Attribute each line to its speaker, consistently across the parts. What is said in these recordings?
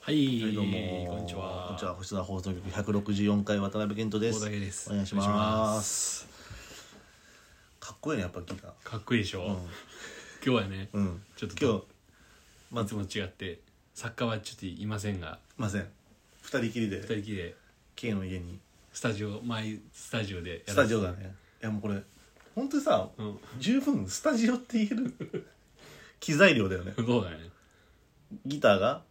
Speaker 1: はい、
Speaker 2: はい、どうも。
Speaker 1: こんにちは。
Speaker 2: こんにちは。星空放送局百六十四回渡辺健人で
Speaker 1: 大
Speaker 2: す。
Speaker 1: 竹です。
Speaker 2: お願いし
Speaker 1: お願いし
Speaker 2: ま。
Speaker 1: ますす。
Speaker 2: かっこいいね、やっぱギター。
Speaker 1: かっこいいでしょ。今日はね、
Speaker 2: うん。うん。
Speaker 1: ちょっと
Speaker 2: 今日、
Speaker 1: いつも違って作家はちょっといませんが、
Speaker 2: ません。二人きり
Speaker 1: 二
Speaker 2: で、
Speaker 1: 人きりで
Speaker 2: K の家に。
Speaker 1: スタジオマイスタジオで
Speaker 2: スタジ
Speaker 1: オ。
Speaker 2: オだね。いや、もうこれ、本当にさ、
Speaker 1: うん。
Speaker 2: 十分スタジオって言える 機材量だよね。
Speaker 1: そうだね。
Speaker 2: ギターが、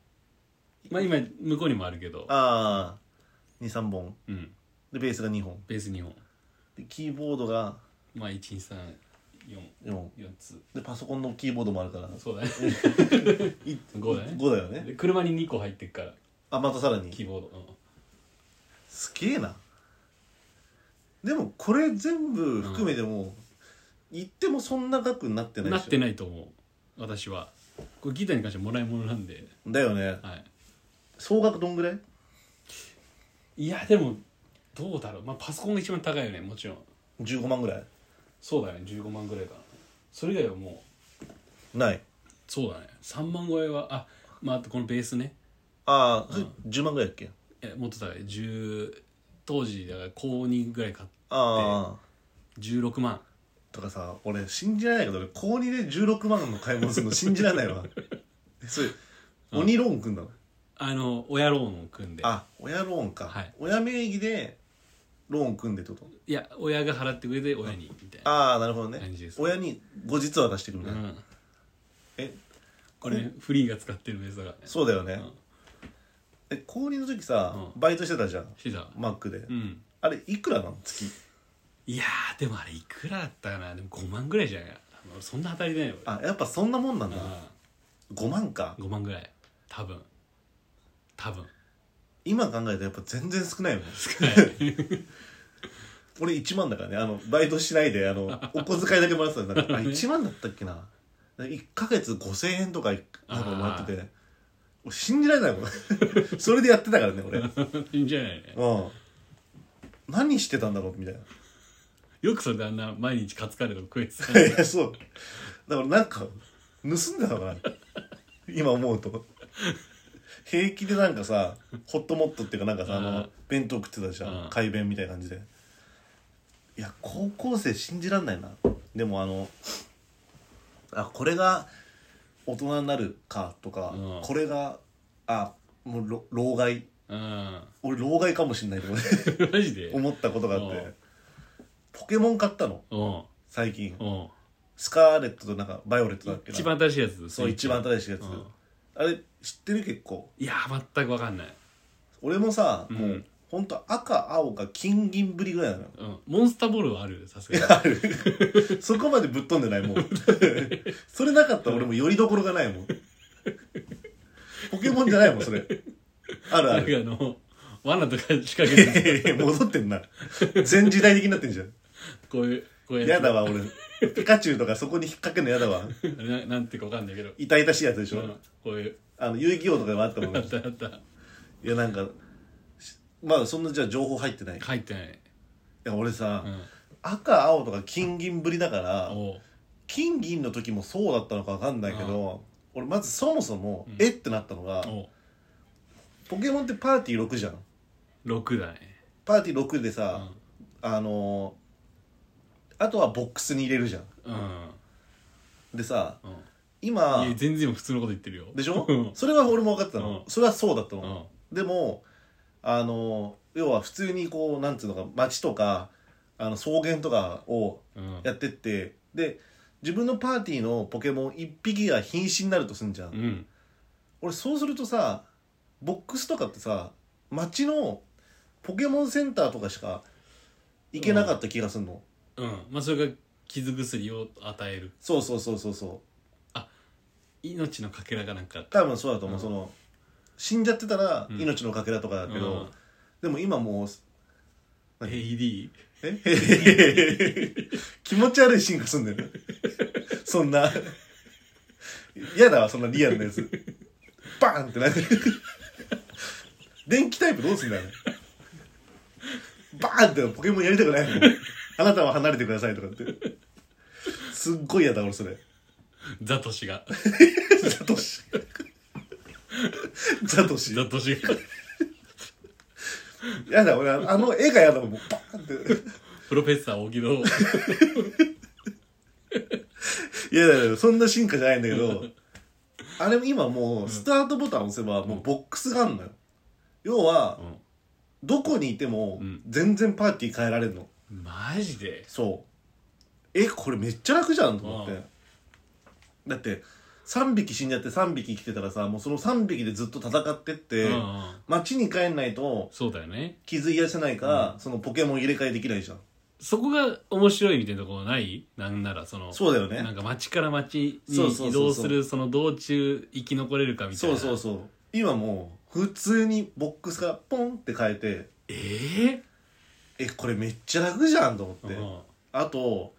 Speaker 1: まあ今向こうにもあるけど、
Speaker 2: ああ、二三本。
Speaker 1: うん。
Speaker 2: で、ベースが二本。
Speaker 1: ベース二本。
Speaker 2: で、キーボードが
Speaker 1: まあ一二三四
Speaker 2: 四本。
Speaker 1: 四つ。
Speaker 2: で、パソコンのキーボードもあるから。
Speaker 1: そうだね。
Speaker 2: い
Speaker 1: 五だね
Speaker 2: 五だよね。
Speaker 1: で車に二個入ってっから
Speaker 2: あ、またさらに。
Speaker 1: キーボード。うん
Speaker 2: すげえなでもこれ全部含めても、言ってもそんな額になってない
Speaker 1: な
Speaker 2: でしょ
Speaker 1: ってないと思う。私は。これギターに関してはもらい物なんで。
Speaker 2: だよね
Speaker 1: はい。
Speaker 2: 総額どんぐらい
Speaker 1: いやでもどうだろうまあパソコンが一番高いよねもちろん
Speaker 2: 15万ぐらい
Speaker 1: そうだね15万ぐらいかなそれ以外はも
Speaker 2: ない
Speaker 1: うんそうだね3万超えはあまああとこのベースね
Speaker 2: ああ、それ10万ぐらいやっけ
Speaker 1: えもっと高い10当時だから高2ぐらいか
Speaker 2: ああ
Speaker 1: 16万
Speaker 2: とかさ俺信じられないけど俺高2で16万の買い物するの信じられない わえそれ鬼ローン組んだの、
Speaker 1: あの親ローンを組んで
Speaker 2: あ親ローンか、
Speaker 1: はい
Speaker 2: 親名義でローン組んでってこと
Speaker 1: いや親が払ってくれて親にみたいな
Speaker 2: ああなるほどね
Speaker 1: 感じです
Speaker 2: 親に後日渡してくみた
Speaker 1: う
Speaker 2: いな、
Speaker 1: ん
Speaker 2: え
Speaker 1: これねフリーが使ってるベースだからね
Speaker 2: そうだよね、
Speaker 1: うん
Speaker 2: え高2の時さ、
Speaker 1: う
Speaker 2: バイトしてたじゃん
Speaker 1: してた
Speaker 2: マックで、
Speaker 1: うん
Speaker 2: あれいくらなの月
Speaker 1: いやーでもあれいくらだったかなでも5万ぐらいじゃないかな俺そんな当たりないよ俺
Speaker 2: あやっぱそんなもんなんだ
Speaker 1: うん
Speaker 2: 5万か
Speaker 1: 5万ぐらい多分多分
Speaker 2: 今考えたらやっぱ全然少ないもん
Speaker 1: 少ない
Speaker 2: 俺1万だからねあのバイトしないであのお小遣いだけもらってたんだからあ1万だったっけな1ヶ月5000円とかなんかもらってて俺信じられないもん それでやってたからね俺う
Speaker 1: いいんじゃないね
Speaker 2: ん何してたんだろうみたいな
Speaker 1: よくそれであんな毎日カツカレーとか食えてた
Speaker 2: いやそうだからなんか盗んでたのかな今思うと平気でなんかさホットモットっていうかなんかさあ
Speaker 1: あ
Speaker 2: の
Speaker 1: ー
Speaker 2: 弁当食ってたじゃ
Speaker 1: うん
Speaker 2: ん海弁みたいな感じでいや高校生信じらんないなでもあのあこれが大人になるかとか、
Speaker 1: うん
Speaker 2: これがあもうろ老害
Speaker 1: うん
Speaker 2: 俺老害かもしんないとかね
Speaker 1: マジで うん
Speaker 2: 思ったことがあって、
Speaker 1: うん
Speaker 2: ポケモン買ったの
Speaker 1: う
Speaker 2: 最近、
Speaker 1: ん
Speaker 2: スカーレットとなんかバイオレットだっけな
Speaker 1: 一番新しいやつ
Speaker 2: そう一番
Speaker 1: し
Speaker 2: 新しいやつ、
Speaker 1: うん
Speaker 2: あれ知ってる結構
Speaker 1: いいやー全く分かんない
Speaker 2: 俺もさ、
Speaker 1: うん
Speaker 2: もうほんと赤青か金銀ぶりぐらいなのよ
Speaker 1: うんモンスターボールはあるさすがに
Speaker 2: ある そこまでぶっ飛んで ないもうそれなかったら俺もよりどころがないもんポケモンじゃないもんそれあ るあ
Speaker 1: なんか
Speaker 2: る
Speaker 1: あの罠とか仕掛けて
Speaker 2: 戻ってんな全時代的になってんじゃん
Speaker 1: こういうこういう
Speaker 2: や
Speaker 1: や
Speaker 2: だわ俺ピカチュウとかそこに引っ掛けるのやだわ
Speaker 1: つななんていうか分かんないけど
Speaker 2: 痛々しいやつでしょ、
Speaker 1: うんこういう
Speaker 2: あの遊戯王とかでもあったもん
Speaker 1: あ
Speaker 2: ね
Speaker 1: ったあった
Speaker 2: いやなんかしまあそんなじゃあ情報入ってないい
Speaker 1: 入ってない
Speaker 2: や俺さ、
Speaker 1: うん
Speaker 2: 赤青とか金銀ぶりだから
Speaker 1: おう
Speaker 2: 金銀の時もそうだったのか分かんないけど俺まずそもそも、
Speaker 1: うん
Speaker 2: えってなったのが
Speaker 1: おう
Speaker 2: ポケモンってパーティー6じゃん
Speaker 1: 6だね
Speaker 2: パーティー6で
Speaker 1: う
Speaker 2: さ
Speaker 1: ん、
Speaker 2: あのーあとはボックスに入れるじゃん
Speaker 1: うん
Speaker 2: でさ
Speaker 1: うん
Speaker 2: 今
Speaker 1: いや全然普通のこと言ってるよ
Speaker 2: でしょ
Speaker 1: うん
Speaker 2: それは俺も分かってたの
Speaker 1: うん
Speaker 2: それはそうだったの、
Speaker 1: うん
Speaker 2: でもあの要は普通にこうなんていうのか街とかあの草原とかを
Speaker 1: うん
Speaker 2: やってってで自分のパーティーのポケモン1匹が瀕死になるとすんじゃん、
Speaker 1: うん
Speaker 2: 俺そうするとさボックスとかってさ街のポケモンセンターとかしか行けなかった気がするの、
Speaker 1: うんまあそれが傷薬を与える
Speaker 2: そうそうそうそうそう
Speaker 1: 命のかけらがなんかあった
Speaker 2: 多分そうだと思
Speaker 1: う
Speaker 2: う、
Speaker 1: ん
Speaker 2: その死んじゃってたら
Speaker 1: うん
Speaker 2: 命のかけらとかだけど、でも今もう
Speaker 1: うん、
Speaker 2: 何
Speaker 1: AED
Speaker 2: え 気持ち悪い進化すんだよねそんな嫌だわそんなリアルなやつバーンってなる電気タイプどうすんだよバーンってポケモンやりたくないもんあなたは離れてくださいとかってすっごい嫌だ俺それ
Speaker 1: ザトシが
Speaker 2: サトシザトシ
Speaker 1: ザトシが
Speaker 2: やだ俺あの絵がやだもんもうバーンっ
Speaker 1: プロフェッサー大木の
Speaker 2: ていやだやだそんな進化じゃないんだ けどあれ今もうスタートボタン押せばもうボックスがあんのよ要はどこにいても
Speaker 1: うん
Speaker 2: 全然パーティー変えられるの
Speaker 1: マジで
Speaker 2: そうえこれめっちゃ楽じゃんと思っ
Speaker 1: あ
Speaker 2: てだって3匹死んじゃって3匹生きてたらさもうその3匹でずっと戦ってって
Speaker 1: うんうん
Speaker 2: 街に帰んないと
Speaker 1: そうだよね
Speaker 2: 気づいやせないか、そのポケモン入れ替えできないじゃん
Speaker 1: そこが面白いみたいなところないなんならその
Speaker 2: そうだよ
Speaker 1: な
Speaker 2: ね
Speaker 1: んか町から町
Speaker 2: そうそうそうそう
Speaker 1: に移動するその道中生き残れるかみたい
Speaker 2: そ
Speaker 1: な
Speaker 2: うそうそう今もう普通にボックスからポンって変えて
Speaker 1: ええ
Speaker 2: えこれめっちゃ楽じゃんと思って、
Speaker 1: うん
Speaker 2: あと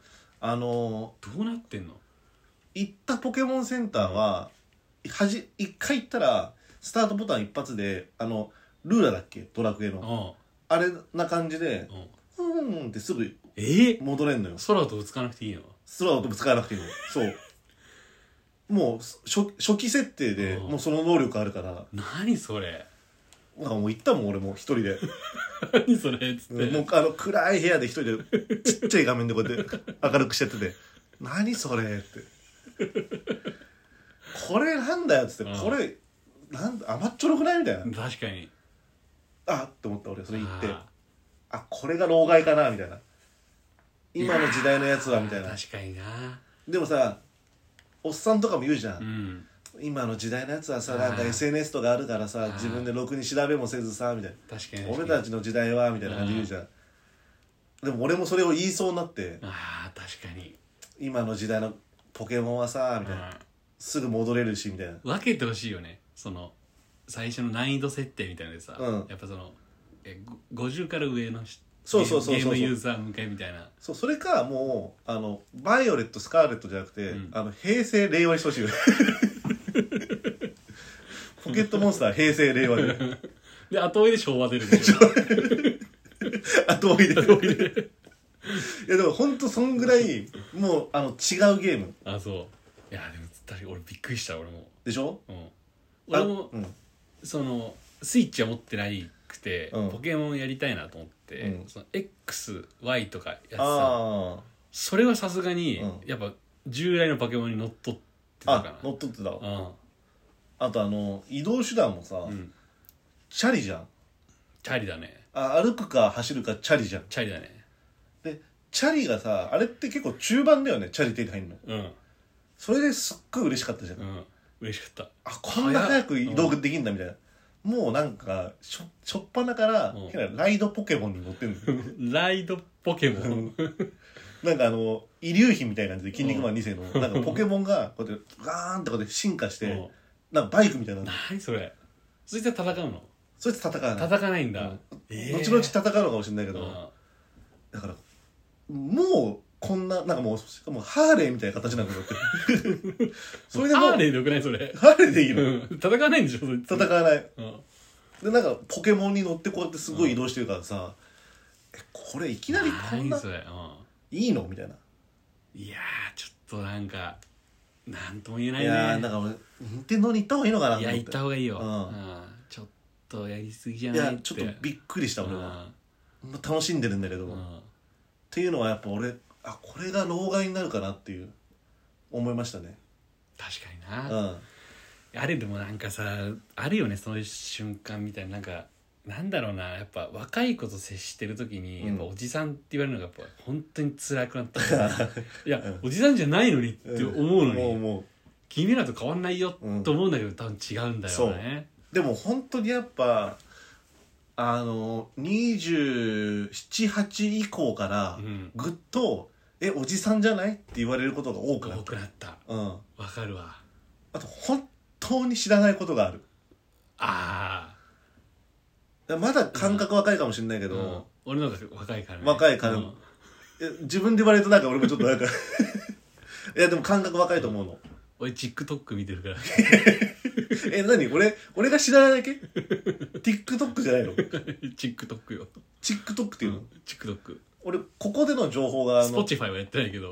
Speaker 2: あの
Speaker 1: どうなってんの
Speaker 2: 行ったポケモンセンターははじ一回行ったらスタートボタン一発であのルーラだっけドラクエの
Speaker 1: う
Speaker 2: あれな感じで
Speaker 1: んうん
Speaker 2: うんってすぐ
Speaker 1: ええ
Speaker 2: 戻れんのよ
Speaker 1: 空とぶつかなくていいの
Speaker 2: スローとぶつからなくていいのそうもう初初期設定で
Speaker 1: うん
Speaker 2: もうその能力あるから
Speaker 1: 何それ
Speaker 2: なんかもう行ったもん俺も一人で
Speaker 1: 何それっつって
Speaker 2: もうあの暗い部屋で一人でちっちゃい画面でこうやって明るくしちゃってて「何それ」って「これなんだよ」っつって「
Speaker 1: うん
Speaker 2: これなんだ甘っちょろくない?」みたいな
Speaker 1: 確かに
Speaker 2: 「あっ」て思った俺それ言って
Speaker 1: あ
Speaker 2: 「あこれが老害かな」みたいな「今の時代のやつは」
Speaker 1: ー
Speaker 2: みたいな
Speaker 1: 確かにな
Speaker 2: でもさおっさんとかも言うじゃ、
Speaker 1: うんん
Speaker 2: 今の時代のやつはさなんか
Speaker 1: あー
Speaker 2: SNS とかあるからさ
Speaker 1: あー
Speaker 2: 自分でろくに調べもせずさみたいな
Speaker 1: 確かに
Speaker 2: 俺たちの時代はみたいな感じで言うじゃんでも俺もそれを言いそうになって
Speaker 1: ああ確かに
Speaker 2: 今の時代のポケモンはさみたいな
Speaker 1: う
Speaker 2: すぐ戻れるしみたいなん
Speaker 1: 分けてほしいよねその最初の難易度設定みたいなのでさ、
Speaker 2: うん
Speaker 1: やっぱそのえご50から上のし
Speaker 2: そうそうそうそう
Speaker 1: ゲームゲームユーザー向けみたいな
Speaker 2: そうそれかもうあのバイオレットスカーレットじゃなくて、
Speaker 1: うん
Speaker 2: あの平成令和にしてほしいよ ポケットモンスター平成令和で
Speaker 1: で後追いで昭和出るみたい
Speaker 2: 後追いで
Speaker 1: な後追いで
Speaker 2: いやでも本当そんぐらいもうあの違うゲーム
Speaker 1: あそういやでも確かに俺びっくりした俺も、
Speaker 2: でしょ
Speaker 1: うん、
Speaker 2: あ
Speaker 1: 俺も
Speaker 2: うん、
Speaker 1: そのスイッチは持ってないくて、
Speaker 2: うん
Speaker 1: ポケモンやりたいなと思って、
Speaker 2: うん
Speaker 1: その XY とかやってさ
Speaker 2: あー
Speaker 1: それはさすがに、
Speaker 2: うん
Speaker 1: やっぱ従来のポケモンに乗っ取ってた
Speaker 2: あ
Speaker 1: か
Speaker 2: 乗っ取ってたわ
Speaker 1: な
Speaker 2: あとあの移動手段もさ、
Speaker 1: うん、うん、
Speaker 2: チャリじゃん
Speaker 1: チャリだね
Speaker 2: あ歩くか走るかチャリじゃん
Speaker 1: チャリだね
Speaker 2: でチャリがさあれって結構中盤だよねチャリ手に入るの
Speaker 1: うん
Speaker 2: それですっごい嬉しかったじゃん、
Speaker 1: うん嬉しかっ
Speaker 2: あこんな早く移動できんだみたいな、もうなんかしょしょっぱなから、
Speaker 1: うん
Speaker 2: 変なライドポケモンに乗ってるのよ
Speaker 1: たライドポケモン
Speaker 2: なんかあの遺留品みたいな感じで「筋肉マン2世の」なんかポケモンがこうやってガーンってこうやって進化して、
Speaker 1: うん
Speaker 2: なんかバイクみたいなの
Speaker 1: 何それそいつは戦うの
Speaker 2: そいつ戦わない
Speaker 1: 戦わないんだ、えー
Speaker 2: 後々戦うのかもしれないけど、
Speaker 1: うん
Speaker 2: だからもうこんななんかもうしかもハーレーみたいな形なんだよって それでもう
Speaker 1: ハーレーでよくないそれ
Speaker 2: ハーレーでいいの
Speaker 1: うん戦わないんでしょそいつ
Speaker 2: 戦わない
Speaker 1: うん
Speaker 2: でなんかポケモンに乗ってこうやってすごい移動してるからさ、えこれいきなりこんな
Speaker 1: 何それうん
Speaker 2: いいのみたいな、
Speaker 1: いやーちょっとなんかなんとも言えないいね
Speaker 2: やーなんか俺任天堂に行った方がいいのかなと
Speaker 1: い
Speaker 2: 思
Speaker 1: や
Speaker 2: って
Speaker 1: 行った方がいいよ、
Speaker 2: うん
Speaker 1: ちょっとやりすぎじゃ
Speaker 2: い
Speaker 1: ない
Speaker 2: やちょっとびっくりした俺は、まあ楽しんでるんだけど、
Speaker 1: うんう
Speaker 2: っ
Speaker 1: ん
Speaker 2: ていうのはやっぱ俺あこれが老害になるかなっていう思いましたね
Speaker 1: 確
Speaker 2: う
Speaker 1: か
Speaker 2: ん
Speaker 1: にな、あれでもなんかさあるよねそういう瞬間みたいななんかなんだろうなやっぱ若い子と接してる時に、
Speaker 2: うん
Speaker 1: やっぱおじさんって言われるのがやっぱ本当に辛くなった いや、おじさんじゃないのにって思うのに、
Speaker 2: もうも
Speaker 1: 君らと変わんないよ
Speaker 2: うん
Speaker 1: と思うんだけど、多分違うんだよね
Speaker 2: うでも本当にやっぱあの278以降から
Speaker 1: うん
Speaker 2: ぐっと「えおじさんじゃない?」って言われることが多くな
Speaker 1: 多
Speaker 2: った
Speaker 1: くなった
Speaker 2: うん
Speaker 1: わかるわ
Speaker 2: あと本当に知らないことがある
Speaker 1: あ
Speaker 2: だからまだ感覚若いかもしれないけ
Speaker 1: あ、うん
Speaker 2: ど、
Speaker 1: 俺の方が若いからね
Speaker 2: 若いから
Speaker 1: うん
Speaker 2: え自分で言われるとなんか俺もちょっとなんか いやでも感覚若いと思うの
Speaker 1: 俺 TikTok 見てるから
Speaker 2: え何俺俺が知らないだけ TikTok じゃないの
Speaker 1: TikTok よ
Speaker 2: TikTok っていうの、
Speaker 1: TikTok
Speaker 2: 俺ここでの情報があの
Speaker 1: Spotify はやってないけど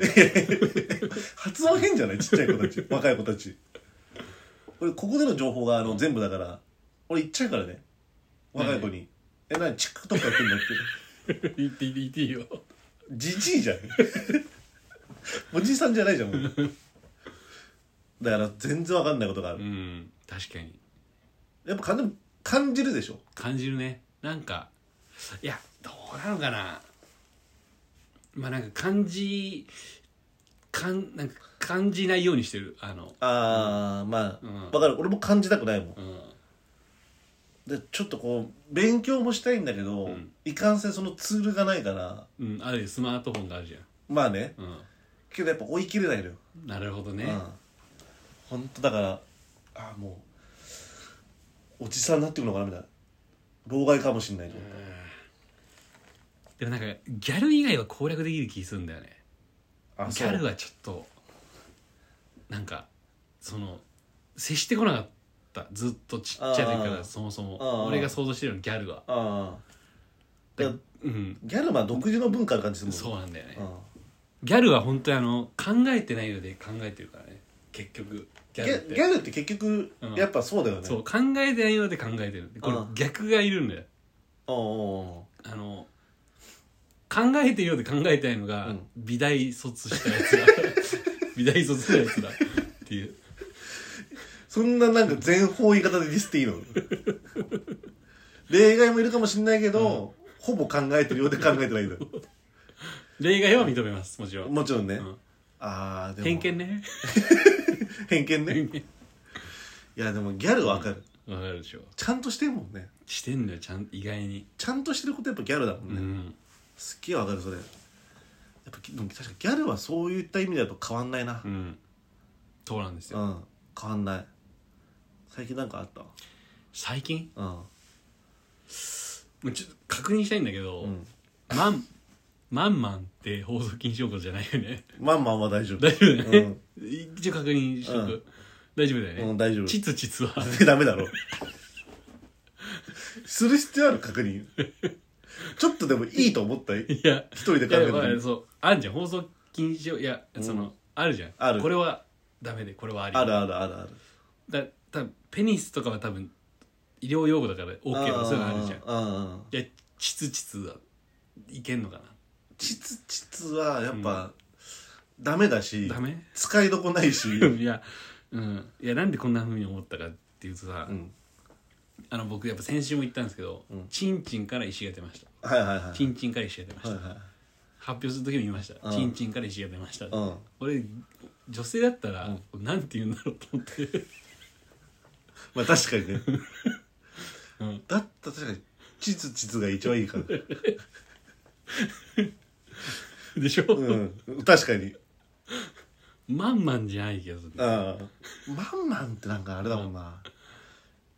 Speaker 2: 発音変じゃないちっちゃい子たち若い子たち俺ここでの情報があの全部だから俺言っちゃうからね若い子に「え何 TikTok やってんだ」って
Speaker 1: 言っていい言っていいよ
Speaker 2: じじいじゃん おじさんじゃないじゃんもうだから全然わかんないことがあ
Speaker 1: う
Speaker 2: る
Speaker 1: ん確かに
Speaker 2: やっぱ感じ感じるでしょ
Speaker 1: 感じるねなんかいやどうなのかなまあなんか感じかんなんか感じないようにしてるあの
Speaker 2: ああ、まあ
Speaker 1: うん
Speaker 2: わかる俺も感じたくないもん
Speaker 1: うん
Speaker 2: でちょっとこう勉強もしたいんだけど、
Speaker 1: うん
Speaker 2: いかんせんそのツールがないから
Speaker 1: うんあるよスマートフォンがあるじ
Speaker 2: まあね
Speaker 1: ゃん
Speaker 2: けどやっぱ追い切れないのよ、
Speaker 1: うんなるほどね
Speaker 2: うん、ほんとだからああもうおじさんになってくのかなみたいな老害かもしんないじゃん
Speaker 1: でもなんかギャル以外は攻略できる気するんだよね
Speaker 2: あ
Speaker 1: ギ
Speaker 2: そう
Speaker 1: ャルはちょっとなんかその接してこなかったずっとちっちゃい時か
Speaker 2: あー
Speaker 1: らそもそ
Speaker 2: あー
Speaker 1: も俺が想像してるのギャルは
Speaker 2: ああ
Speaker 1: だ
Speaker 2: いや
Speaker 1: うん
Speaker 2: ギャルは独自の文化ある感じするもんね
Speaker 1: そうなんだよね
Speaker 2: う
Speaker 1: ギャルは本当にあの考えてないようで考えてるからね結局ギ
Speaker 2: ん
Speaker 1: ャ
Speaker 2: ギ
Speaker 1: ルっ
Speaker 2: ャ
Speaker 1: て
Speaker 2: ギャルって結局
Speaker 1: うん
Speaker 2: やっぱそうだよね、
Speaker 1: そう考えてないようで考えてるこれ
Speaker 2: うん
Speaker 1: 逆がいるんだよ
Speaker 2: おうおうおう
Speaker 1: あの考えてるようで考えてないのが、
Speaker 2: うん
Speaker 1: 美大卒したやつら 美大卒のやつらっていう
Speaker 2: そんななんか全方位型でディスっていいの 例外もいるかもしれないけど、ほぼ考えてるようで考えてないのよ
Speaker 1: 例外は認めますもちろん、
Speaker 2: もちろんね、
Speaker 1: うん
Speaker 2: ああでも
Speaker 1: 偏見ね
Speaker 2: 偏見ね
Speaker 1: 偏見
Speaker 2: いやでもギャルはわかる、
Speaker 1: わかるでしょ
Speaker 2: ちゃんとしてるもんね
Speaker 1: してんのよちゃん意外に
Speaker 2: ちゃんとしてることやっぱギャルだもん
Speaker 1: う
Speaker 2: ね、
Speaker 1: ん
Speaker 2: すっげえわかるそれやっぱでも確かギャルはそういった意味だと変わんないな
Speaker 1: うんそうなんです
Speaker 2: う
Speaker 1: よ
Speaker 2: ん、変わんない最近なんかあった
Speaker 1: 最近
Speaker 2: うん
Speaker 1: もうちょっと確認したいんだけど、マン、マンマンって放送禁止用語じゃないよね。
Speaker 2: まんまんは大丈夫
Speaker 1: 大丈夫だよね。一応確認しとく。大丈夫だよ
Speaker 2: うん、
Speaker 1: ね。
Speaker 2: 大丈夫
Speaker 1: チツチツは。
Speaker 2: でダメだろする必要ある確認ちょっとでもいいと思った
Speaker 1: い
Speaker 2: 一
Speaker 1: や、
Speaker 2: 人で
Speaker 1: い
Speaker 2: 考え
Speaker 1: や
Speaker 2: る
Speaker 1: ま
Speaker 2: の
Speaker 1: あ
Speaker 2: に
Speaker 1: そう、あんじゃん。放送禁止用、いや、その、あるじゃん。
Speaker 2: ある
Speaker 1: これはダメで、これはあり。
Speaker 2: あるあるあるある
Speaker 1: だ多分ペニスとかは多分、医療用語だから OK とかそういうのあるじゃん。い
Speaker 2: ゃん
Speaker 1: や、チツチツはいけんのか
Speaker 2: ちつちつはやっぱ、ダメだし
Speaker 1: な。ダメ
Speaker 2: 使いどこないし、
Speaker 1: いや、うん。いや、なんでこんな風に思ったかっていうとさ、
Speaker 2: うん
Speaker 1: あの、僕、やっぱ先週も言ったんですけど、
Speaker 2: うん
Speaker 1: チンチンから石が出ました。
Speaker 2: はいはいはい
Speaker 1: チンチンから石が出ました、
Speaker 2: はいはい
Speaker 1: 発表する時も言いまし
Speaker 2: う
Speaker 1: た
Speaker 2: ん
Speaker 1: チンチンから石が出ました、
Speaker 2: うん
Speaker 1: 俺女性だったら、なんて言うんだろうと思って、
Speaker 2: まあ確かに ね
Speaker 1: うん、
Speaker 2: だったら確かにちつちつが一番いいから
Speaker 1: でしょ、
Speaker 2: うん確かに
Speaker 1: まんまんじゃないけど、
Speaker 2: うんまんまんってなんかあれだもんな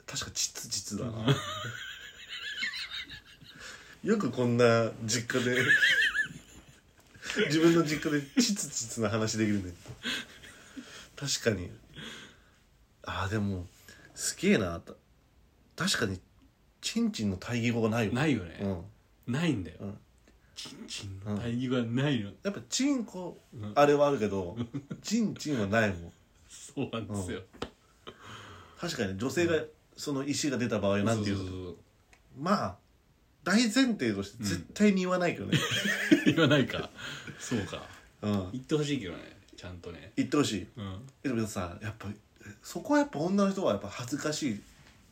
Speaker 2: 確かちつちつだな よくこんな実家で自分の実家でちつちつな話できるね確かにああでもすげえなた確かにちんちんの対義語がないよ
Speaker 1: ないよ
Speaker 2: う
Speaker 1: ね、
Speaker 2: ん、
Speaker 1: ないんだよ、
Speaker 2: うん
Speaker 1: チンチンの対義語はないの、
Speaker 2: やっぱチンコ
Speaker 1: うん
Speaker 2: あれはある けどちんちんはないもん
Speaker 1: そうなんですよ、
Speaker 2: 確かに女性がその石が出た場合はなんていう
Speaker 1: そ
Speaker 2: の
Speaker 1: うそう
Speaker 2: まあ大前提として絶対に言わない けどね、
Speaker 1: そう言わないかそうか
Speaker 2: うん
Speaker 1: 言ってほしいけどねちゃんとね
Speaker 2: 言ってほしい
Speaker 1: うん
Speaker 2: えでもさやっぱそこはやっぱ女の人はやっぱ恥ずかしい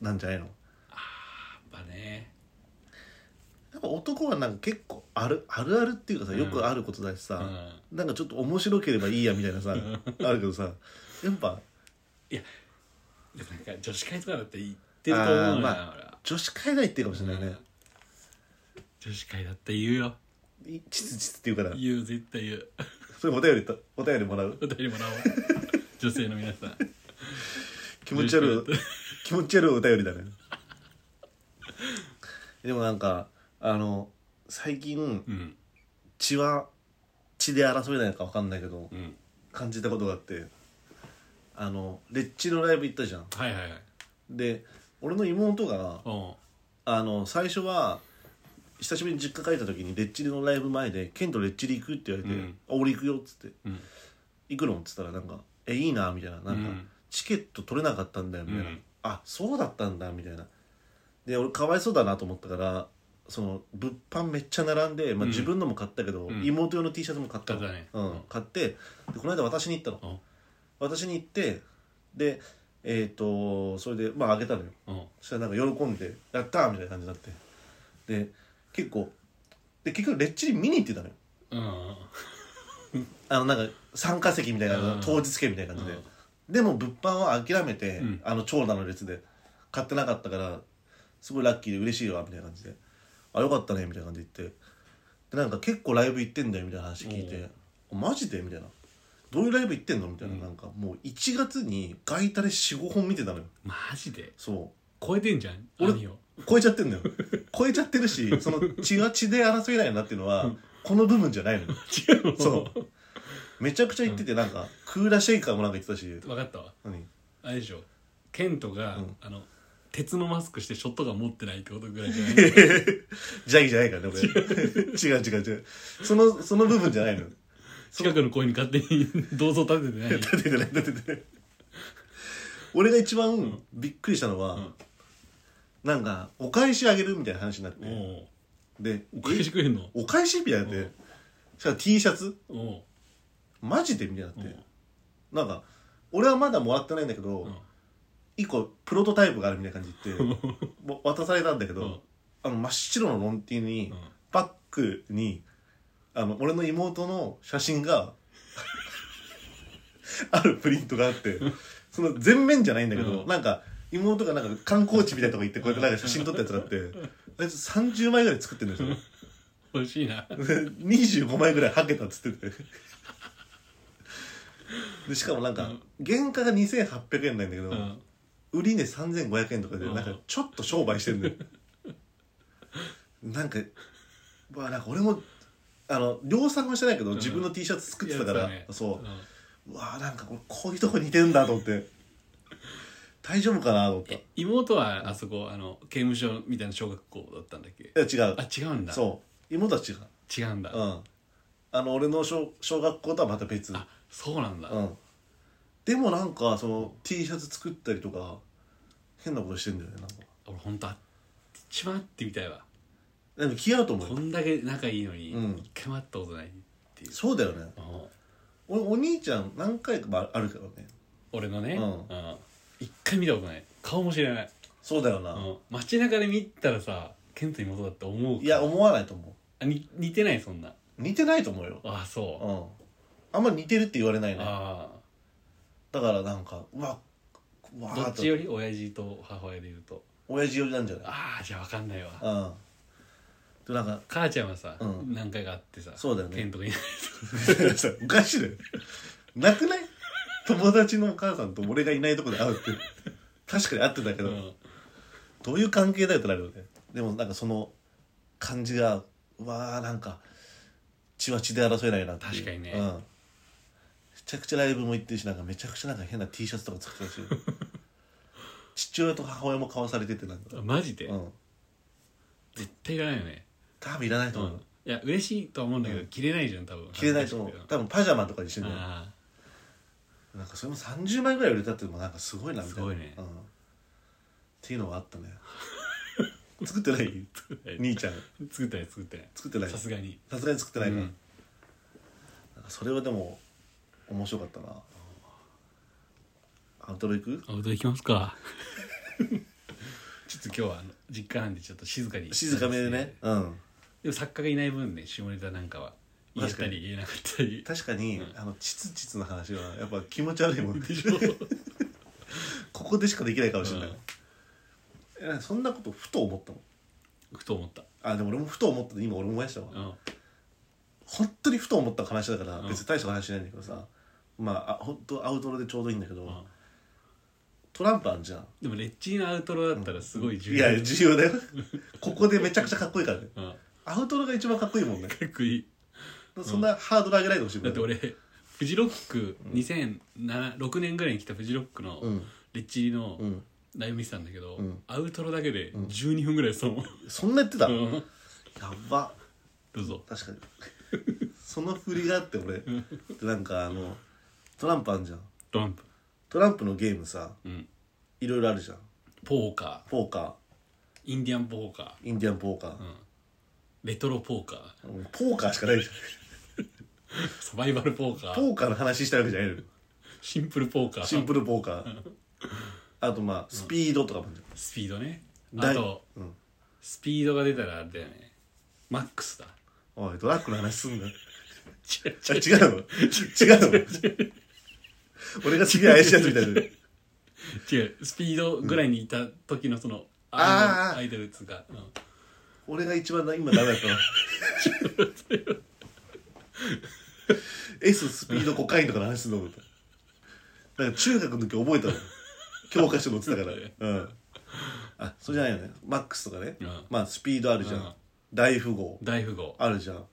Speaker 2: なんじゃないの
Speaker 1: やっぱね
Speaker 2: やっぱ男はなんか結構あるあるあるっていうかさ
Speaker 1: うん
Speaker 2: よくあることだ
Speaker 1: う
Speaker 2: しさ、
Speaker 1: ん
Speaker 2: なんかちょっと面白ければいいやみたいなさ、あるけどさやっぱ
Speaker 1: でもなんか女子会とかだって言ってると思うのよ
Speaker 2: あ
Speaker 1: な、
Speaker 2: ーま
Speaker 1: 俺は
Speaker 2: 女子会ないっていうかもしれないね、
Speaker 1: 女子会だって言うよ
Speaker 2: いちつちつって言うから
Speaker 1: 言う絶対言う
Speaker 2: それお便りとお便りもらう
Speaker 1: お便りもらおう 女性の皆さん
Speaker 2: 気持ち悪
Speaker 1: 女
Speaker 2: い気持ち悪いお便りだね でもなんかあの最近
Speaker 1: うん
Speaker 2: 血は血で争えないのか分かんないけど
Speaker 1: うん
Speaker 2: 感じたことがあってあのレッチのライブ行ったじゃん
Speaker 1: はいはいはい
Speaker 2: で俺の妹が
Speaker 1: おう
Speaker 2: あの最初は久しぶりに実家帰った時にレッチリのライブ前で「ケンとレッチリ行く?」って言われて「
Speaker 1: うん
Speaker 2: あ俺行くよ」っつって
Speaker 1: うん
Speaker 2: 「行くの?」っつったらなんか「えいいな」みたいななんか、
Speaker 1: うん
Speaker 2: チケット取れなかったんだよみたいな、
Speaker 1: うん
Speaker 2: あそうだったんだみたいなで俺かわいそうだなと思ったからその物販めっちゃ並んで、まあ、
Speaker 1: うん
Speaker 2: 自分のも買ったけど、
Speaker 1: うん
Speaker 2: 妹用の T シャツも買ったの
Speaker 1: 買ったね
Speaker 2: うん
Speaker 1: うん
Speaker 2: 買ってでこの間私に行ったの私に行ってでえっ、とそれでまああげたのよ
Speaker 1: うん
Speaker 2: そしたらなんか喜んで「やった!」みたいな感じになってで結構で結局レッチリ見に行ってたのよ
Speaker 1: うん
Speaker 2: あのなんか参加席みたいな
Speaker 1: うん
Speaker 2: 当日券みたいな感じ
Speaker 1: う
Speaker 2: で
Speaker 1: ん
Speaker 2: でも物販は諦めて、
Speaker 1: うん
Speaker 2: あの長蛇の列で買ってなかったからすごいラッキーで嬉しいわみたいな感じで「あよかったね」みたいな感じで言ってでなんか結構ライブ行ってんだよみたいな話聞いて「マジで?」みたいな「どういうライブ行ってんの?」みたいな、
Speaker 1: うん
Speaker 2: なんかもう1月に外イタレ45本見てたのよ
Speaker 1: マジで
Speaker 2: そう
Speaker 1: 超えてんじゃん
Speaker 2: 俺
Speaker 1: 兄を
Speaker 2: 超えちゃってんのよ超えちゃってるしその血は血で争いないなっていうのはこの部分じゃないのよ
Speaker 1: 違うの
Speaker 2: そうめちゃくちゃ言っててなんか、クーラーシェイカーもなんか言ってたし
Speaker 1: 分かったわ
Speaker 2: 何
Speaker 1: あれでしょケントが、
Speaker 2: うん
Speaker 1: あの鉄のマスクしてショットガン持ってないってことぐらい じゃない
Speaker 2: ジャギじゃないからね俺違う違う違うそのその部分じゃないの
Speaker 1: 近くの公園に勝手に 銅像立ててない
Speaker 2: 立ててない立ててない俺が一番びっくりしたのは、
Speaker 1: うん
Speaker 2: なんかお返しあげるみたいな話になって、
Speaker 1: おう
Speaker 2: で
Speaker 1: お返しくれんの
Speaker 2: えお返しみたいになって、そしたら T シャツ
Speaker 1: おう
Speaker 2: マジでみたいになって、
Speaker 1: うん
Speaker 2: なんか俺はまだもらってないんだけど、
Speaker 1: うん
Speaker 2: 一個プロトタイプがあるみたいな感じで言ってもう渡されたんだけど、
Speaker 1: うん
Speaker 2: あの真っ白のロンティーに、
Speaker 1: うん
Speaker 2: バッグにあの俺の妹の写 真があるプリントがあってその全面じゃないんだけど、
Speaker 1: うん
Speaker 2: なんか妹がなんか観光地みたいなとこ行ってこうやってなんか写真撮ったやつがあってあいつ30枚ぐらい作ってるんですよ
Speaker 1: 欲しいな
Speaker 2: 25枚ぐらいはけたっつっててでしかもなんか原価が2800円なんだけど、
Speaker 1: うん
Speaker 2: 売り値3500円とかで
Speaker 1: うん
Speaker 2: なんかちょっと商売し てんのよなんかまあなんか俺もあの量産はしてないけど
Speaker 1: うん
Speaker 2: 自分の T シャツ作ってたから、
Speaker 1: やつだね
Speaker 2: そう
Speaker 1: うん
Speaker 2: うわーなんかこれこういうとこ似てんだと思って大丈夫かなと思ったい
Speaker 1: え妹はあそこあの刑務所みたいな小学校だったんだっけ
Speaker 2: や違う
Speaker 1: あ違うんだ
Speaker 2: そう妹たちが
Speaker 1: 違うんだ、
Speaker 2: うんあの俺の小小学校とはまた別
Speaker 1: あそうなんだ、
Speaker 2: うん、でもなんかその T シャツ作ったりとか変なことしてんだよねなんか
Speaker 1: 俺本当あ一番会ってみたいわ
Speaker 2: でも気合うと思う
Speaker 1: こ
Speaker 2: よ
Speaker 1: んだけ仲いいのに、
Speaker 2: うん
Speaker 1: 一回も会ったことないっていう
Speaker 2: そうだよね
Speaker 1: うん
Speaker 2: 俺お兄ちゃん何回かまああるけどね
Speaker 1: 俺のね、
Speaker 2: うん
Speaker 1: 一回見たことない顔も知らない、
Speaker 2: そうだよ
Speaker 1: う
Speaker 2: な、
Speaker 1: ん、街中で見たらさケント妹だって思うか
Speaker 2: いや思わないと思
Speaker 1: あに似てないそんな
Speaker 2: う似てないと思うよ
Speaker 1: ああそう、
Speaker 2: うんあんま似てるって言われないね
Speaker 1: あ
Speaker 2: だからなんかうわうわ
Speaker 1: あ
Speaker 2: ー
Speaker 1: ど
Speaker 2: と
Speaker 1: っちより親父と母親で言うと
Speaker 2: 親父寄りなんじゃない
Speaker 1: ああじゃあ分かんないわ
Speaker 2: うんでなんか
Speaker 1: 母ちゃんはさ、
Speaker 2: うん
Speaker 1: 何回か会ってさ
Speaker 2: そうだよね
Speaker 1: ケントがいない
Speaker 2: おかしいだよなくない友達のお母さんと俺がいないとこで会うって確かに会ってたけ
Speaker 1: と、
Speaker 2: ど、
Speaker 1: うん
Speaker 2: どういう関係だよってなるよねでもなんかその感じがうわーなんか血は血で争えないなっていう
Speaker 1: 確かにね
Speaker 2: うん、めちゃくちゃライブも行ってるしなんかめちゃくちゃなんか変な T シャツとか 作ってたし父親と母親も買わされててなんか、
Speaker 1: あマジで、
Speaker 2: うん、
Speaker 1: 絶対いらないよね、
Speaker 2: 多分いらないと
Speaker 1: う
Speaker 2: 思う、
Speaker 1: ん、いや嬉しいとは思うんだけど、
Speaker 2: うん
Speaker 1: 着れないじゃん多分
Speaker 2: 着れないと思う
Speaker 1: 恥ずかし
Speaker 2: 多分パジャマとかにして
Speaker 1: く
Speaker 2: ん
Speaker 1: て
Speaker 2: だよ
Speaker 1: あ
Speaker 2: なんかそれも30枚ぐらい売れたってのもなんかすごいなみたいな
Speaker 1: すごいね
Speaker 2: うん、っていうのはあっ たね作ってない
Speaker 1: ー
Speaker 2: 兄ちゃん
Speaker 1: 作ったない作ってない
Speaker 2: 作ってない
Speaker 1: さ
Speaker 2: さす
Speaker 1: すがに
Speaker 2: がに作ってないから、
Speaker 1: うん
Speaker 2: なんかそれはでも面白かったなアウトロ行く
Speaker 1: アウト行きますか ちょっと今日はあの実家なんでちょっと静かに
Speaker 2: 静かめでねうん
Speaker 1: でも作家がいない分ね下ネタなんかは言え
Speaker 2: 確
Speaker 1: た
Speaker 2: かに
Speaker 1: り言えなかったり
Speaker 2: 確かに、
Speaker 1: うん
Speaker 2: あのチツチツの話はやっぱ気持ち悪いもん
Speaker 1: で しょ
Speaker 2: ここでしかできないかもしれない、
Speaker 1: うん
Speaker 2: えなんかそんなことふと思ったの
Speaker 1: ふと思った
Speaker 2: あでも俺もふと思ったの今俺思い出したわ、
Speaker 1: うん
Speaker 2: 本当にふと思った話だから、
Speaker 1: うん
Speaker 2: 別に大した話じゃないんだけどさまああ本当アウトロでちょうどいいんだけど、
Speaker 1: うん
Speaker 2: トランプあんじゃん
Speaker 1: でもレッチリのアウトロだったらすごい重
Speaker 2: い
Speaker 1: 要
Speaker 2: や重要 だよここでめちゃくちゃかっこいいからね
Speaker 1: うん
Speaker 2: アウトロが一番かっこいいもんね
Speaker 1: 結構いい
Speaker 2: そんなハードル上げないでほしいもん
Speaker 1: だって俺フジロック2006年ぐらいに来たフジロックの
Speaker 2: うん
Speaker 1: レッチリの
Speaker 2: うん
Speaker 1: ライブ見てたんだけど、
Speaker 2: うん
Speaker 1: アウトロだけで12分ぐらいその、
Speaker 2: そんなやってた、
Speaker 1: う
Speaker 2: や
Speaker 1: ん、
Speaker 2: ば
Speaker 1: どうぞ
Speaker 2: 確かにその振りがあって俺でなんかあのトランプあんじゃん
Speaker 1: トランプ
Speaker 2: トランプのゲームさ
Speaker 1: うん
Speaker 2: いろいろあるじゃん
Speaker 1: ポーカ
Speaker 2: ポーカ
Speaker 1: ーインディアンポーカ
Speaker 2: ーインディアンポーカー
Speaker 1: ー、う、ん、レトロポーカー
Speaker 2: もうポーカーしかないじ
Speaker 1: サバイバルポーカ
Speaker 2: ゃん
Speaker 1: ー
Speaker 2: ポーカーの話したいわけじゃな いのよ
Speaker 1: シンプルポーカー
Speaker 2: シンプルポーカーあとまあスピードとかもあるじ
Speaker 1: スピードね
Speaker 2: ゃん
Speaker 1: あ
Speaker 2: だい
Speaker 1: と
Speaker 2: うん、
Speaker 1: スピードが出たらあれだよねマックスだ
Speaker 2: おいドラッグの話すんな
Speaker 1: 違う
Speaker 2: あ違うの 違うの俺がすげえ怪しいやつみたいな
Speaker 1: 違うスピードぐらいにいた時のその、
Speaker 2: あー
Speaker 1: あのアイドルっつうか、うん
Speaker 2: 俺が一番な今ダメだった な S スピードコカインとかの話するの思ったなんか中学の時覚えたの教科書載ってたから うんあそうじゃないよねマックスとかね、
Speaker 1: うん
Speaker 2: まあスピードあるじゃん、
Speaker 1: うん
Speaker 2: 大富豪
Speaker 1: 大富豪
Speaker 2: あるじゃん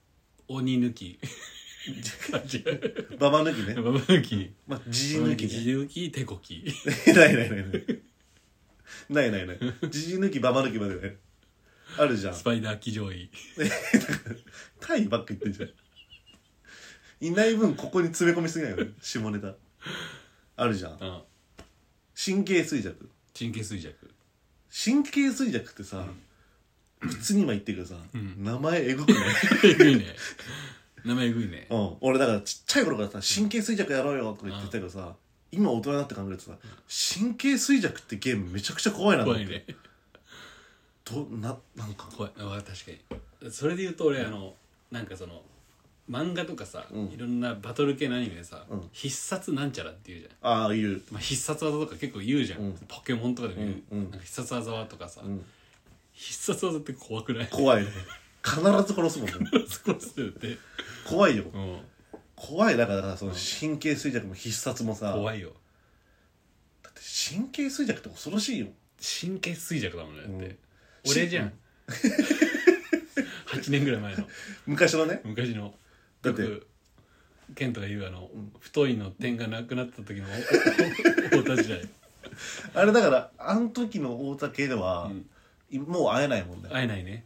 Speaker 1: 鬼抜 きあ違う
Speaker 2: ババ抜き ね
Speaker 1: ババ抜き
Speaker 2: まあジジ
Speaker 1: 自
Speaker 2: 抜きね
Speaker 1: 抜き手こき
Speaker 2: ないないないないないないないジジ抜きババ抜きまでねあるじゃん
Speaker 1: スパイダー騎乗位
Speaker 2: タイばっか言ってんじゃんいない分ここに詰め込みすぎないよね下ネタあるじゃん
Speaker 1: うん
Speaker 2: 神経衰弱
Speaker 1: 神経衰弱
Speaker 2: 神経衰弱ってさ、普通に今言ってるけどさ、名前えぐくない
Speaker 1: えぐいね名前えぐいね
Speaker 2: うん俺だからちっちゃい頃からさ神経衰弱やろうよとか言ってたけどさ今大人になって考えるとさ神経衰弱ってゲームめちゃくちゃ怖いなと思
Speaker 1: 怖
Speaker 2: っ
Speaker 1: い
Speaker 2: て
Speaker 1: ね
Speaker 2: どななんか
Speaker 1: 怖いあ確かにそれで言うと俺あのなんかその漫画とかさ、
Speaker 2: ん
Speaker 1: いろんなバトル系のアニメでさ、
Speaker 2: うん
Speaker 1: 必殺なんちゃらっていうじゃん、
Speaker 2: ああいう
Speaker 1: まあ、必殺技とか結構言うじゃん、
Speaker 2: うん
Speaker 1: ポケモンとかでも言う、
Speaker 2: うんうん
Speaker 1: なんか必殺技はとかさ、
Speaker 2: ん
Speaker 1: 必殺技って怖く ない
Speaker 2: 怖いね必ず殺すもんね
Speaker 1: そこするって、
Speaker 2: 怖いよ
Speaker 1: うん、
Speaker 2: 怖いだからだからその神経衰弱も必殺もさ
Speaker 1: 怖いよ
Speaker 2: だって神経衰弱って恐ろしいよ
Speaker 1: 神経衰弱だもんねだって、
Speaker 2: うん
Speaker 1: 俺じゃん8年ぐらい前の
Speaker 2: 昔のね
Speaker 1: 昔の
Speaker 2: だって
Speaker 1: よくケントが言うあの、太いの点がなくなった時の太田時代
Speaker 2: あれだからあの時の大竹では、いもう会えないもんね
Speaker 1: 会えないね、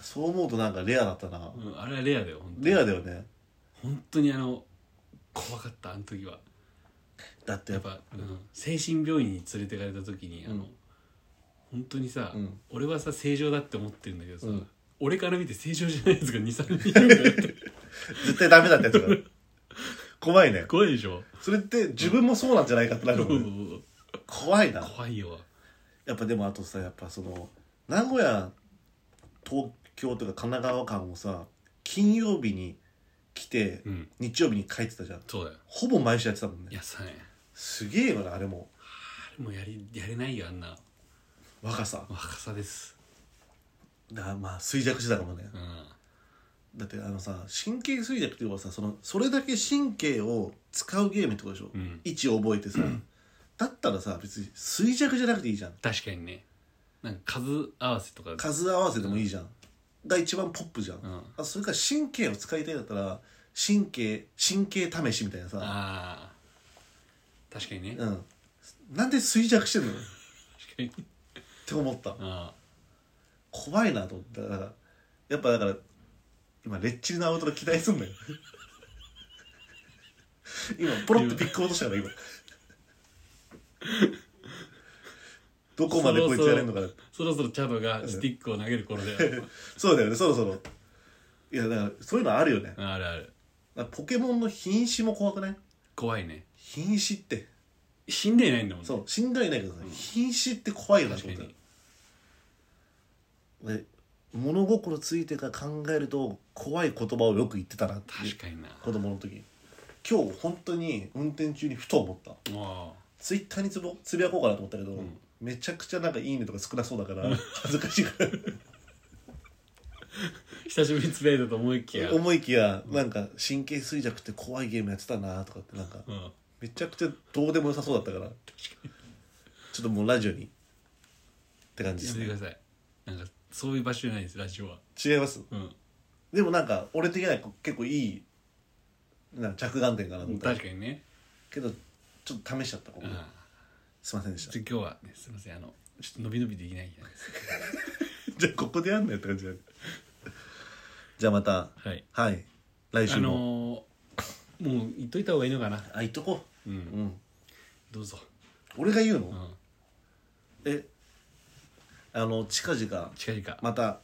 Speaker 2: そう思うとなんかレアだったな、
Speaker 1: うん、あれはレアだよ本当に
Speaker 2: レアだよね
Speaker 1: 本当にあの怖かったあの時は
Speaker 2: だって
Speaker 1: や
Speaker 2: や
Speaker 1: っ
Speaker 2: っぱ
Speaker 1: ぱ、うん、精神病院に連れてかれた時にあの、
Speaker 2: うん
Speaker 1: 本当にさ、
Speaker 2: うん
Speaker 1: 俺はさ正常だって思ってるんだけどさ、
Speaker 2: うん
Speaker 1: 俺から見て正常じゃないやつが23人いるんだよって
Speaker 2: 絶対ダメだったやつ が怖いね
Speaker 1: 怖いでしょ
Speaker 2: それって自分もそうなんじゃないかってな
Speaker 1: そ
Speaker 2: る
Speaker 1: う
Speaker 2: も、
Speaker 1: そうんそ
Speaker 2: ね、
Speaker 1: う
Speaker 2: 怖いな
Speaker 1: 怖いよ
Speaker 2: やっぱでもあとさやっぱその名古屋東京とか神奈川間もさ金曜日に来て、
Speaker 1: うん
Speaker 2: 日曜日に帰ってたじゃん
Speaker 1: そうだよ
Speaker 2: ほぼ毎週やってたもん
Speaker 1: い
Speaker 2: ね
Speaker 1: やさね
Speaker 2: すげえよなあれも
Speaker 1: あれもやりやれないよあんな
Speaker 2: 若さ
Speaker 1: 若さです
Speaker 2: だまあ衰弱してたかもね
Speaker 1: うん
Speaker 2: だってあのさ神経衰弱っていうのはさそのそれだけ神経を使うゲームってことでしょ、
Speaker 1: うん
Speaker 2: 位置を覚えてさ、だったらさ別に衰弱じゃなくていいじゃん
Speaker 1: 確かにねなんか数合わせとか
Speaker 2: 数合わせでもいいじゃん、が一番ポップじゃん、
Speaker 1: うん
Speaker 2: あそれから神経を使いたいんだったら神経神経試しみたいなさ、
Speaker 1: あー確かにね、
Speaker 2: うん、なんで衰弱してんのっ
Speaker 1: 確かに
Speaker 2: て思った
Speaker 1: あ
Speaker 2: 怖いなと思っただからやっぱだから今レッチリなアウトドア期待す んのよ今ポロッとピック落としたから今どこまでこいつやれんのかな
Speaker 1: ーそろそろチャドがスティックを投げる頃だよ
Speaker 2: そうだよねそろそろいやだからそういうのあるよね
Speaker 1: あるある
Speaker 2: だからポケモンの瀕死も怖くない
Speaker 1: 怖いね
Speaker 2: 瀕死って
Speaker 1: 死んでないんだもんね
Speaker 2: そう死んだりないけどさ、瀕死って怖いよな
Speaker 1: 確か
Speaker 2: と思った
Speaker 1: に
Speaker 2: で物心ついてから考えると怖い言葉をよく言ってたなっていう
Speaker 1: 確かにな
Speaker 2: 子供の時今日本当に運転中にふと思った
Speaker 1: も
Speaker 2: ツイッターにつぶつぶやこうかなと思ったけど、
Speaker 1: ん
Speaker 2: めちゃくちゃなんか「いいね」とか少なそうだから恥ずかしいから
Speaker 1: う久しぶりにつぶやいたと思いきや、うん、
Speaker 2: 思いきやなんか神経衰弱って怖いゲームやってたなとかってなんかめちゃくちゃどうでも良さそうだったからちょっともうラジオにって感じ
Speaker 1: や
Speaker 2: で
Speaker 1: めてく
Speaker 2: す
Speaker 1: ださいなんかそういう場所じゃないですラジオは
Speaker 2: ね違います
Speaker 1: うん
Speaker 2: でもなんか俺的には結構いいなんか着眼点かなと思った
Speaker 1: 確かにね、
Speaker 2: けどちょっと試しちゃった
Speaker 1: う
Speaker 2: ここ
Speaker 1: ん、
Speaker 2: すいませんでした
Speaker 1: ちょ今日はねすいませんあのちょっと伸び伸びできないじゃないですか
Speaker 2: じゃあここでやんのよって感じだねじゃあまた
Speaker 1: はい
Speaker 2: はい来
Speaker 1: あ
Speaker 2: 週も、
Speaker 1: のーもう言っといた方がいいのかな
Speaker 2: あいっとこ
Speaker 1: うん
Speaker 2: ううん
Speaker 1: どうぞ、
Speaker 2: 俺が言うの、
Speaker 1: うん、
Speaker 2: えあの近々
Speaker 1: 近々、
Speaker 2: また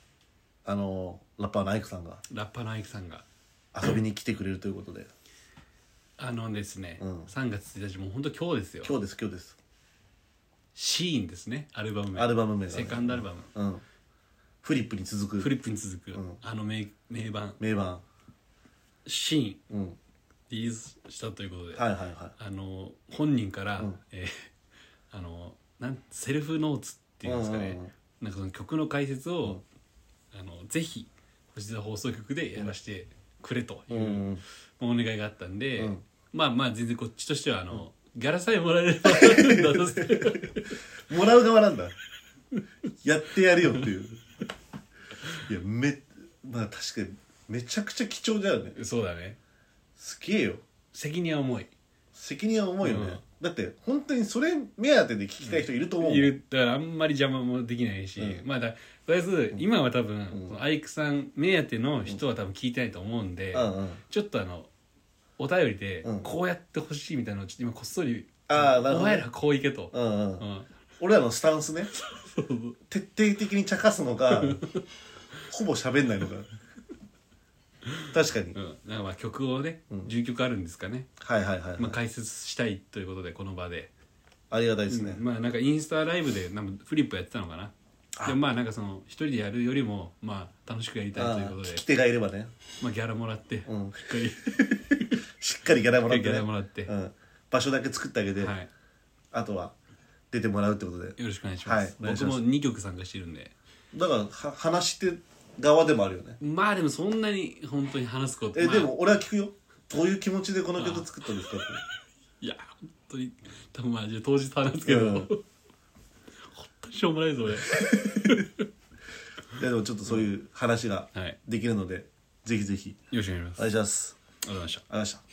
Speaker 2: あのラッパーのアイクさんが
Speaker 1: ラッパーのアイクさんが
Speaker 2: 遊びに来てくれるということで
Speaker 1: あのですね、
Speaker 2: うん
Speaker 1: 3月1日もう本当今日ですよ
Speaker 2: 今日です今日です
Speaker 1: シーンですねアルバム名
Speaker 2: アルバム名が
Speaker 1: セカンドアルバム、
Speaker 2: うんフリップに続
Speaker 1: フ
Speaker 2: く
Speaker 1: リップに続く、
Speaker 2: うん
Speaker 1: あの名名盤
Speaker 2: 名盤
Speaker 1: シーン
Speaker 2: うん
Speaker 1: リリースしたということで、
Speaker 2: はいはいは
Speaker 1: あの本人から、
Speaker 2: うん
Speaker 1: えーあ のなんセルフノーツっていうんですかね、
Speaker 2: うんうんうん
Speaker 1: なんかその曲の解説を、あのぜひ星座放送局でやらせてくれとい
Speaker 2: い、う
Speaker 1: う、
Speaker 2: んうん、
Speaker 1: お願いがあったんで、
Speaker 2: うん
Speaker 1: まあまあ全然こっちとしてはあの、ギャラさえもらえればだとして
Speaker 2: もらう側なんだやってやるよっていういやめまあ確かにめちゃくちゃ貴重だよね
Speaker 1: そうだね
Speaker 2: すげえよ
Speaker 1: 責任は重い
Speaker 2: 責任は重いよね、
Speaker 1: うん
Speaker 2: だって本当にそれ目当てで聞きたい人いると思うもん、
Speaker 1: いるだからあんまり邪魔もできないし、
Speaker 2: うん
Speaker 1: まあだとりあえず今は多分、
Speaker 2: ん
Speaker 1: そのアイクさん目当ての人は多分聞いてないと思うんで、
Speaker 2: うんうん
Speaker 1: ちょっとあのお便りで
Speaker 2: うん
Speaker 1: こうやってほしいみたいなのをちょっと今こっそり「
Speaker 2: ああなる
Speaker 1: お
Speaker 2: ほど
Speaker 1: 前
Speaker 2: ね
Speaker 1: らこういけと」
Speaker 2: うんうん
Speaker 1: うん
Speaker 2: 俺らのスタンスね徹底的に茶化すのかほぼ喋んないのか確かに、
Speaker 1: うん、なんかまあ曲をね、
Speaker 2: うん
Speaker 1: 10曲あるんですかね、
Speaker 2: はいはいはい、はい
Speaker 1: まあ、解説したいということでこの場で、
Speaker 2: ありがたいですね、
Speaker 1: まあなんかインスタライブでなんかフリップやってたのかな
Speaker 2: あ
Speaker 1: でもまあなんかその一人でやるよりもまあ楽しくやりたいということで
Speaker 2: 聞き手がいればね、
Speaker 1: まあギャラもらって、
Speaker 2: うん
Speaker 1: しっかり
Speaker 2: しっかりギャラもらって、
Speaker 1: ギ
Speaker 2: ね
Speaker 1: ャラもらって、
Speaker 2: うん、場所だけ作ってあげて、
Speaker 1: はい
Speaker 2: あとは出てもらうってことで
Speaker 1: よろしくお願いします,、
Speaker 2: はいお願いし
Speaker 1: 僕
Speaker 2: ます
Speaker 1: も2曲参加してるんで
Speaker 2: だからは話して側でもあるよね
Speaker 1: まあでもそんなに本当に話すこと
Speaker 2: え、
Speaker 1: まあ
Speaker 2: でも俺は聞くよどういう気持ちでこの曲作ったんですかっ
Speaker 1: いや本当に多分まあじゃあ当日話すけど、
Speaker 2: うん
Speaker 1: 本当にしょうもないぞ俺
Speaker 2: ていやでもちょっとそういう話が
Speaker 1: はい
Speaker 2: できるので、ぜひぜひ
Speaker 1: よろしくお願いします、
Speaker 2: お願いします
Speaker 1: ありがとうございました
Speaker 2: ありがとうございました